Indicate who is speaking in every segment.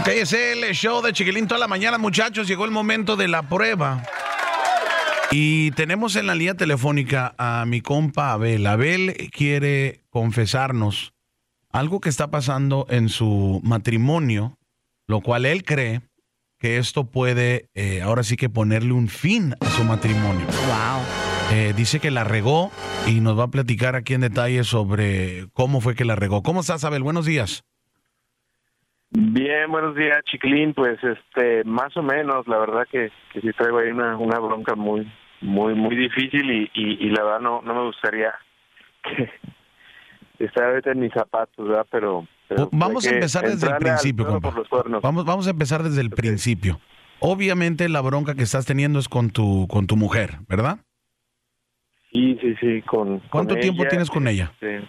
Speaker 1: Okay, es el show de Chiquilín toda la mañana, muchachos. Llegó el momento de la prueba. Y tenemos en la línea telefónica a mi compa Abel. Abel quiere confesarnos algo que está pasando en su matrimonio, lo cual él cree que esto puede eh, ahora sí que ponerle un fin a su matrimonio.
Speaker 2: Wow.
Speaker 1: Eh, dice que la regó y nos va a platicar aquí en detalle sobre cómo fue que la regó. ¿Cómo estás, Abel? Buenos días.
Speaker 3: Bien, buenos días, Chiquilín. Pues, este, más o menos, la verdad que, que sí traigo ahí una, una bronca muy, muy, muy difícil y, y, y la verdad no, no me gustaría que estar ahorita en mis zapatos, ¿verdad? Pero, pero
Speaker 1: Pues, vamos
Speaker 3: hay
Speaker 1: a
Speaker 3: que
Speaker 1: empezar desde el
Speaker 3: entrarle al
Speaker 1: principio,
Speaker 3: toro
Speaker 1: compa.
Speaker 3: por los cuernos.
Speaker 1: Vamos, vamos a empezar desde el principio. Obviamente la bronca que estás teniendo es con tu, con tu mujer, ¿verdad?
Speaker 3: Sí, sí, sí. Con, con
Speaker 1: ¿Cuánto tiempo
Speaker 3: ella,
Speaker 1: tienes con ella?
Speaker 3: este,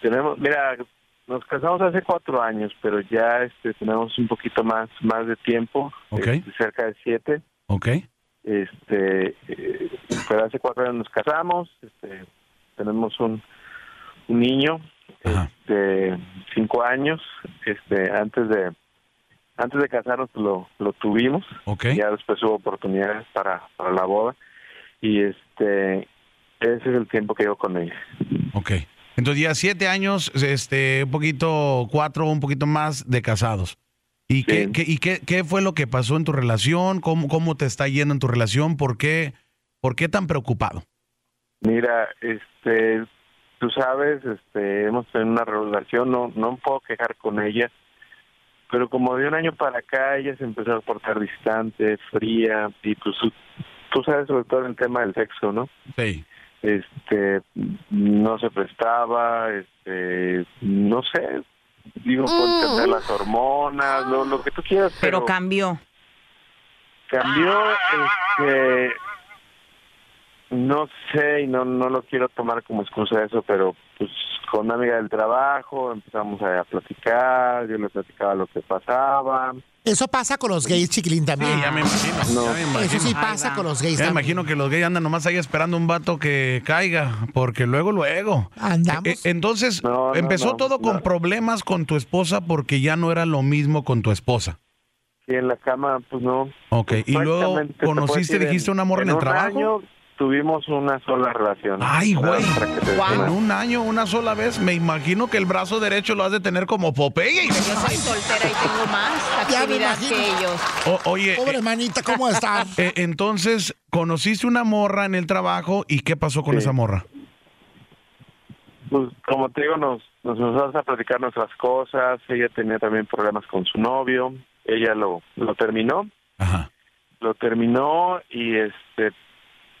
Speaker 3: tenemos, mira, nos casamos hace cuatro años, pero ya este, tenemos un poquito más, más de tiempo,
Speaker 1: Ok.
Speaker 3: este, cerca de siete.
Speaker 1: ¿Ok?
Speaker 3: este eh, pero hace cuatro años nos casamos este, tenemos un, un niño
Speaker 1: Ajá.
Speaker 3: de cinco años este antes de antes de casarnos lo, lo tuvimos
Speaker 1: ¿Ok?
Speaker 3: ya después hubo oportunidades para, para la boda y este ese es el tiempo que llevo con ella
Speaker 1: Ok. Entonces ya siete años, este, un poquito, cuatro, un poquito más de casados. ¿Y, qué, qué- y qué, qué fue lo que pasó en tu relación? ¿Cómo, cómo te está yendo en tu relación? ¿Por qué, por qué tan preocupado?
Speaker 3: Mira, este, tú sabes, este, hemos tenido una relación, no, no me puedo quejar con ella, pero como de un año para acá ella se empezó a portar distante, fría, y pues tú- tú sabes sobre todo en el tema del sexo, ¿no?
Speaker 1: Sí.
Speaker 3: Este, no se prestaba, este, no sé, digo, pueden tener las hormonas, lo, lo que tú quieras, pero,
Speaker 2: Pero cambió.
Speaker 3: cambió este no sé y no no lo quiero tomar como excusa eso pero pues con una amiga del trabajo empezamos a platicar yo le platicaba lo que pasaba
Speaker 4: Eso pasa con los gays, chiquilín, también.
Speaker 1: ya me imagino.
Speaker 3: No.
Speaker 1: Ya me imagino.
Speaker 4: Ah, Eso sí
Speaker 2: Ahí
Speaker 4: pasa
Speaker 2: va.
Speaker 4: con los gays
Speaker 1: Ya me
Speaker 4: también.
Speaker 1: imagino que los gays andan nomás ahí esperando un vato que caiga, porque luego, luego.
Speaker 4: Andamos.
Speaker 1: Eh, entonces,
Speaker 3: No, no,
Speaker 1: empezó
Speaker 3: no,
Speaker 1: todo con
Speaker 3: no.
Speaker 1: problemas con tu esposa porque ya no era lo mismo con tu esposa.
Speaker 3: y en la cama pues no
Speaker 1: Ok, y luego
Speaker 3: Prácticamente, te puedo
Speaker 1: conociste,
Speaker 3: decir,
Speaker 1: dijiste un amor en, el
Speaker 3: un
Speaker 1: trabajo.
Speaker 3: año tuvimos una sola relación
Speaker 1: Ay, güey.
Speaker 3: Para que te
Speaker 1: En
Speaker 3: suene.
Speaker 1: un año, una sola vez, me imagino que el brazo derecho lo has de tener como Popeye.
Speaker 2: Yo soy soltera y tengo más
Speaker 4: Ya me
Speaker 2: actividad
Speaker 4: imagino.
Speaker 2: que ellos.
Speaker 1: O- oye,
Speaker 4: Pobre
Speaker 1: eh,
Speaker 4: manita, ¿cómo está?
Speaker 1: eh, entonces, conociste una morra en el trabajo y ¿qué pasó con
Speaker 3: Sí.
Speaker 1: esa morra?
Speaker 3: Pues como te digo, nos, nos empezamos a platicar nuestras cosas, ella tenía también problemas con su novio, ella lo, lo terminó,
Speaker 1: Ajá.
Speaker 3: lo terminó y este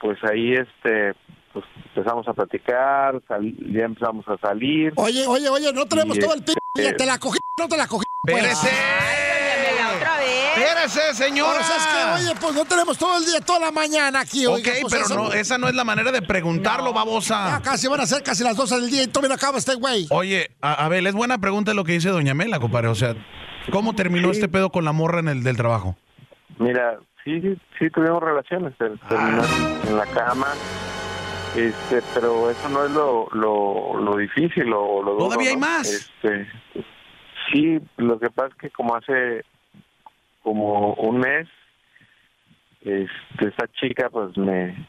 Speaker 3: pues ahí este pues empezamos a platicar sal- ya empezamos a salir
Speaker 4: Oye, oye, oye, no tenemos
Speaker 3: Y,
Speaker 4: todo el p.
Speaker 3: eh,
Speaker 4: Te la cogí, no te la cogí. Pues.
Speaker 1: ¡Espérese!
Speaker 2: La otra vez.
Speaker 1: ¡Espérese, señora!
Speaker 4: O sea, es que, oye, pues no tenemos todo el día, toda la mañana aquí.
Speaker 1: ok,
Speaker 4: oiga, pues
Speaker 1: pero
Speaker 4: eso-
Speaker 1: no, esa no es la manera de preguntarlo, babosa.
Speaker 4: Ya casi van a ser casi las 12 del día y todavía no acaba este güey.
Speaker 1: Oye, a, a ver, es buena pregunta lo que dice Doña Mela, compadre. O sea, ¿cómo terminó este pedo con la morra en el del trabajo?
Speaker 3: mira sí sí, sí tuvimos relaciones ter-
Speaker 1: Ah.
Speaker 3: terminamos en la cama este pero eso no es lo lo, lo difícil o lo duro,
Speaker 1: ¿Todavía hay
Speaker 3: ¿no?
Speaker 1: más?
Speaker 3: este sí lo que pasa es que como hace como un mes este esta chica pues me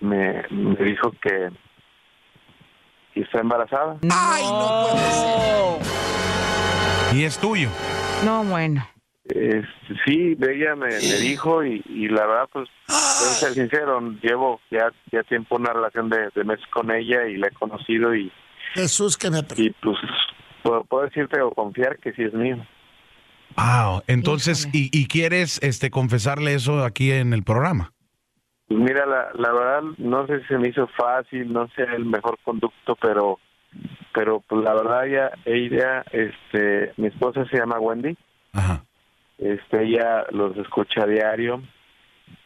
Speaker 3: me, me dijo que que está embarazada
Speaker 4: Ay, no puede ser.
Speaker 1: Y es tuyo.
Speaker 2: Oh. No, bueno.
Speaker 3: Este, sí, ella me, me dijo y, y la verdad, pues, voy a ser sincero, llevo ya, ya tiempo una relación de, de meses con ella y la he conocido y,
Speaker 4: Jesús, que me.
Speaker 3: y pues puedo, puedo decirte o confiar que sí es mío.
Speaker 1: Ah, entonces,
Speaker 2: Híjole.
Speaker 1: y, y quieres este, confesarle eso aquí en el programa?
Speaker 3: Pues mira, la, la verdad, no sé si se me hizo fácil, no sé el mejor conducto, pero pero pues la verdad ella, ella este mi esposa se llama Wendy
Speaker 1: Ajá.
Speaker 3: este ella los escucha a diario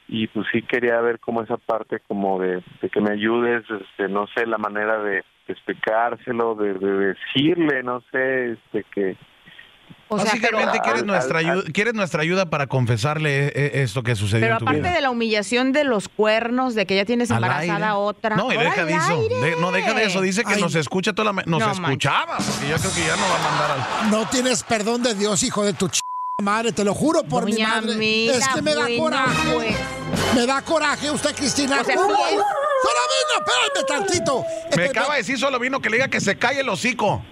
Speaker 3: y pues sí quería ver como esa parte como de, de que me ayudes este no sé la manera de explicárselo de, de decirle no sé este que
Speaker 2: O sea, pero,
Speaker 1: Básicamente quieres,
Speaker 3: Al-
Speaker 1: nuestra
Speaker 3: al-
Speaker 1: ayuda,
Speaker 3: al-
Speaker 1: quieres nuestra ayuda para confesarle eh, eh, esto que sucedió
Speaker 2: pero
Speaker 1: en tu
Speaker 2: aparte
Speaker 1: vida.
Speaker 2: de la humillación de los cuernos, de que ya tienes
Speaker 1: Al aire.
Speaker 2: embarazada a otra.
Speaker 1: No, y
Speaker 2: ¡Ahora
Speaker 1: deja
Speaker 2: al
Speaker 1: de eso.
Speaker 2: aire!
Speaker 1: De- no, deja de eso. Dice que
Speaker 4: Ay.
Speaker 1: nos escucha toda la ma- Nos
Speaker 2: No
Speaker 1: escuchaba. Porque yo creo que ya no va a mandar al.
Speaker 4: No tienes perdón de Dios, hijo de tu ch... madre, te lo juro por mi
Speaker 2: Doña
Speaker 4: madre.
Speaker 2: Mila,
Speaker 4: es que me da
Speaker 2: bueno,
Speaker 4: coraje.
Speaker 2: pues.
Speaker 4: Me da coraje usted, Cristina.
Speaker 2: O sea, sí
Speaker 4: ¡Solo
Speaker 2: es.
Speaker 4: vino! ¡Espérame tantito!
Speaker 1: Me
Speaker 4: Eh,
Speaker 1: acaba de decir solo vino que le diga que se calle el hocico.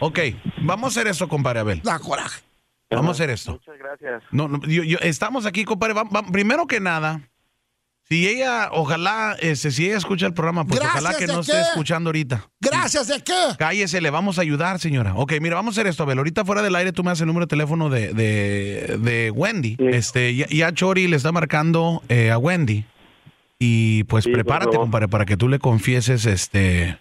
Speaker 1: Ok, vamos a hacer esto, compadre Abel.
Speaker 4: Da coraje.
Speaker 1: Vamos a hacer esto.
Speaker 3: Muchas gracias.
Speaker 1: No, no, yo- yo- estamos aquí, compadre. Vam- vam- primero que nada, si ella, ojalá, este, si ella escucha el programa, pues
Speaker 4: Gracias,
Speaker 1: ojalá que
Speaker 4: ¿de
Speaker 1: no
Speaker 4: qué?
Speaker 1: esté escuchando ahorita.
Speaker 4: Gracias, ¿de qué?
Speaker 1: Cállese, le vamos a ayudar, señora. Ok, mira, vamos a hacer esto, Abel. Ahorita fuera del aire tú me das el número de teléfono de, de- de Wendy.
Speaker 3: Sí.
Speaker 1: Este, ya, ya Chori le está marcando eh, a Wendy. Y pues
Speaker 3: Sí, por
Speaker 1: prepárate,
Speaker 3: favor.
Speaker 1: compadre, para que tú le confieses este.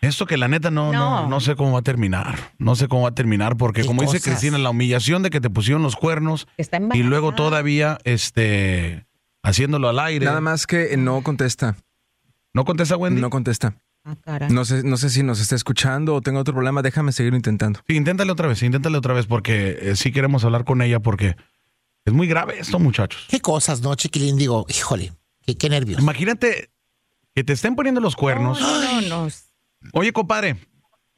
Speaker 1: Esto que la neta no, no.
Speaker 2: No.
Speaker 1: no sé cómo va a terminar. No sé cómo va a terminar, porque
Speaker 4: Qué
Speaker 1: como dice
Speaker 4: cosas.
Speaker 1: Cristina, la humillación de que te pusieron los cuernos
Speaker 2: Está
Speaker 1: y
Speaker 2: embarazada.
Speaker 1: luego todavía este haciéndolo al aire.
Speaker 5: Nada más que eh, no contesta.
Speaker 1: ¿No contesta Wendy?
Speaker 5: No contesta.
Speaker 2: Ah, caray.
Speaker 5: No sé, no sé si nos está escuchando o tengo otro problema. Déjame seguir intentando.
Speaker 1: Sí, inténtale otra vez, inténtale otra vez, porque eh, sí queremos hablar con ella, porque es muy grave esto, muchachos.
Speaker 4: ¿Qué cosas, no, chiquilín? Digo, híjole, qué, qué nervios.
Speaker 1: Imagínate que te estén poniendo los
Speaker 2: No,
Speaker 1: cuernos.
Speaker 2: no, no, no.
Speaker 1: Oye, compadre,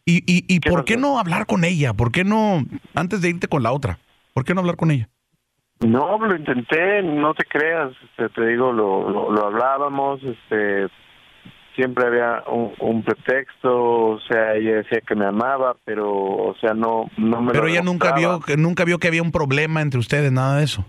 Speaker 1: ¿y, y, y
Speaker 3: ¿Qué
Speaker 1: por qué
Speaker 3: pasó?
Speaker 1: no hablar con ella? ¿Por qué no, antes de irte con la otra, por qué no hablar con ella?
Speaker 3: No, lo intenté, no te creas, este, te digo, lo, lo, lo hablábamos, este, siempre había un, un pretexto, o sea, ella decía que me amaba, pero, o sea, no, no me lo
Speaker 1: Pero ella nunca
Speaker 3: demostraba.
Speaker 1: vio, que, nunca vio que había un problema entre ustedes, nada de eso.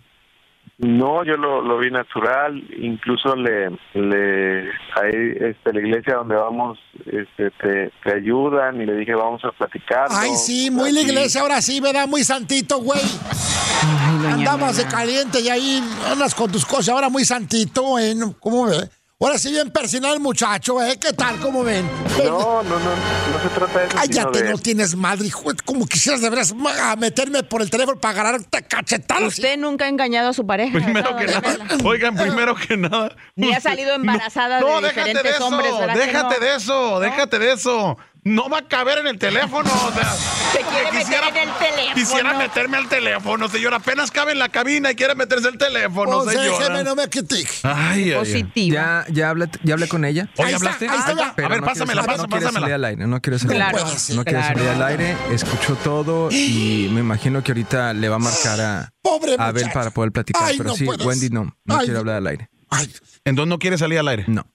Speaker 3: No, yo lo, lo vi natural, incluso le, le ahí, este, la iglesia donde vamos, este, te, te ayudan y le dije vamos a platicar.
Speaker 4: Ay, sí, muy la iglesia ahora sí, ¿verdad? Muy santito, güey.
Speaker 2: Ay, doña
Speaker 4: Andabas de
Speaker 2: Mela.
Speaker 4: caliente y ahí andas con tus cosas, ahora muy santito, ¿eh? ¿no? ¿Cómo ve? Ahora sí bien personal, muchacho, ¿eh? ¿Qué tal? ¿Cómo ven?
Speaker 3: No, no, no, no se trata de eso. sino
Speaker 4: Cállate,
Speaker 3: de-
Speaker 4: no tienes madre, hijo. Como quisieras, deberías ma- a meterme por el teléfono para agarrarte cachetadas.
Speaker 2: Usted nunca ha engañado a su pareja.
Speaker 1: Primero
Speaker 2: ¿verdad,
Speaker 1: que
Speaker 2: doña
Speaker 1: nada,
Speaker 2: Mela?
Speaker 1: oigan, primero que nada.
Speaker 2: Ni ha
Speaker 1: usted-
Speaker 2: salido embarazada de
Speaker 1: déjate
Speaker 2: diferentes
Speaker 1: eso,
Speaker 2: hombres, ¿verdad que
Speaker 1: Déjate
Speaker 2: no?
Speaker 1: de eso, déjate de eso. No va a caber en el teléfono. O sea,
Speaker 2: Se
Speaker 1: como
Speaker 2: quiere
Speaker 1: que
Speaker 2: meter en el teléfono.
Speaker 1: Quisiera meterme al teléfono, señor. Apenas cabe en la cabina y quiere meterse el teléfono,
Speaker 4: Pues déjeme,
Speaker 1: señora.
Speaker 4: no me critique.
Speaker 1: Ay, ay, ay.
Speaker 2: Positiva.
Speaker 5: Ya, ya hablé, ya hablé con ella.
Speaker 1: Oye,
Speaker 4: Ahí está,
Speaker 1: ¿hablaste?
Speaker 4: ahí está.
Speaker 1: a ver, pásamela,
Speaker 5: no quiere-
Speaker 1: pasa-
Speaker 5: no quiere salir
Speaker 1: pásamela.
Speaker 5: al aire, no quiere salir,
Speaker 2: Claro.
Speaker 5: no
Speaker 4: puede ser.
Speaker 5: quiere salir
Speaker 2: Claro.
Speaker 5: al aire. Escuchó todo y me imagino que ahorita le va a marcar a,
Speaker 4: Pobre
Speaker 5: a Abel
Speaker 4: muchacho.
Speaker 5: para poder platicar.
Speaker 4: Ay,
Speaker 5: pero
Speaker 4: no
Speaker 5: sí,
Speaker 4: puedes.
Speaker 5: Wendy no, no
Speaker 4: Ay.
Speaker 5: quiere hablar al aire.
Speaker 4: Ay,
Speaker 1: Entonces no quiere salir al aire.
Speaker 5: No.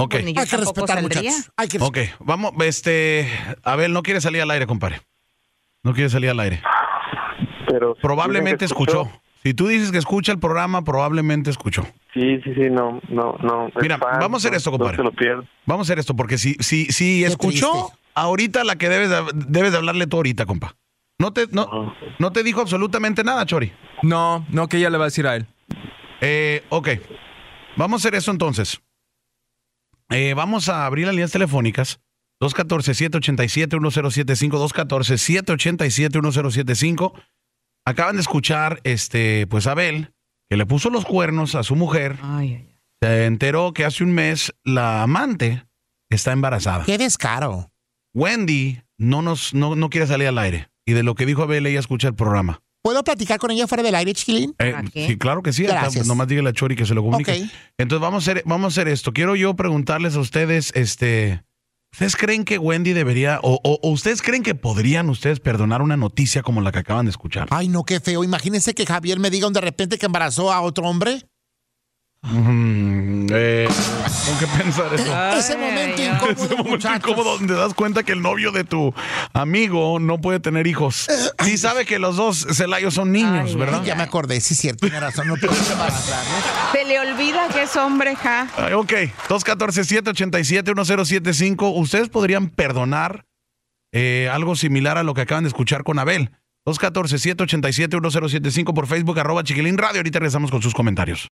Speaker 1: Ok,
Speaker 2: Pues ni yo
Speaker 4: hay que
Speaker 2: tampoco
Speaker 4: respetar,
Speaker 2: saldría.
Speaker 4: muchachos. Hay que
Speaker 1: ok. Vamos, este. Abel, no quiere salir al aire, compadre. No quiere salir al aire.
Speaker 3: pero
Speaker 1: Probablemente
Speaker 3: dicen que
Speaker 1: escuchó. Si tú dices que escucha el programa, probablemente escuchó.
Speaker 3: Sí, sí, sí, no, no, no.
Speaker 1: Mira,
Speaker 3: es fan,
Speaker 1: vamos a hacer
Speaker 3: no-
Speaker 1: esto, compadre.
Speaker 3: No se lo pierdas.
Speaker 1: Vamos a hacer esto, porque si, si, si
Speaker 4: Qué
Speaker 1: escuchó,
Speaker 4: triste.
Speaker 1: ahorita la que debes de, debes de hablarle tú ahorita, compa. No te, no,
Speaker 3: Ajá.
Speaker 1: no te dijo absolutamente nada, Chori.
Speaker 5: No, no, que ella le va a decir a él.
Speaker 1: Eh, ok. Vamos a hacer eso entonces. Eh, vamos a abrir las líneas telefónicas. 214-787-1075, 214-787-1075. Acaban de escuchar, este, pues, Abel, que le puso los cuernos a su mujer.
Speaker 2: Ay, ay, ay.
Speaker 1: Se enteró que hace un mes la amante está embarazada.
Speaker 4: Qué descaro.
Speaker 1: Wendy no nos no, no quiere salir al aire. Y de lo que dijo Abel, ella escucha el programa.
Speaker 4: ¿Puedo platicar con ella fuera del aire, chiquilín?
Speaker 1: Eh,
Speaker 2: ¿Ah, qué?
Speaker 1: sí, claro que sí. Hasta
Speaker 4: Gracias.
Speaker 1: Nomás dígale a Chori que se lo comunique.
Speaker 4: Ok.
Speaker 1: Entonces vamos a, hacer, vamos a hacer esto. Quiero yo preguntarles a ustedes, este, ¿ustedes creen que Wendy debería, o, o- o ustedes creen que podrían ustedes perdonar una noticia como la que acaban de escuchar?
Speaker 4: Ay, no, qué feo. Imagínense que Javier me diga de repente que embarazó a otro hombre.
Speaker 1: Mm, eh, tengo que pensar eso.
Speaker 4: Ese
Speaker 2: Ay,
Speaker 4: momento
Speaker 2: ay, ay.
Speaker 4: incómodo,
Speaker 1: Ese momento
Speaker 4: muchachos.
Speaker 1: incómodo donde te das cuenta que el novio de tu amigo no puede tener hijos. Sí sabe que los dos celayos son niños,
Speaker 2: Ay,
Speaker 1: ¿verdad?
Speaker 4: Ay, ya me acordé, sí es cierto, tiene razón, no puedo embarazarme.
Speaker 2: Se le olvida que es hombre, ja.
Speaker 1: Ay, Ok, 214-787-1075. Ustedes podrían perdonar eh, algo similar a lo que acaban de escuchar con Abel. 214-787-1075 por Facebook, arroba Chiquilín Radio. Ahorita regresamos con sus comentarios.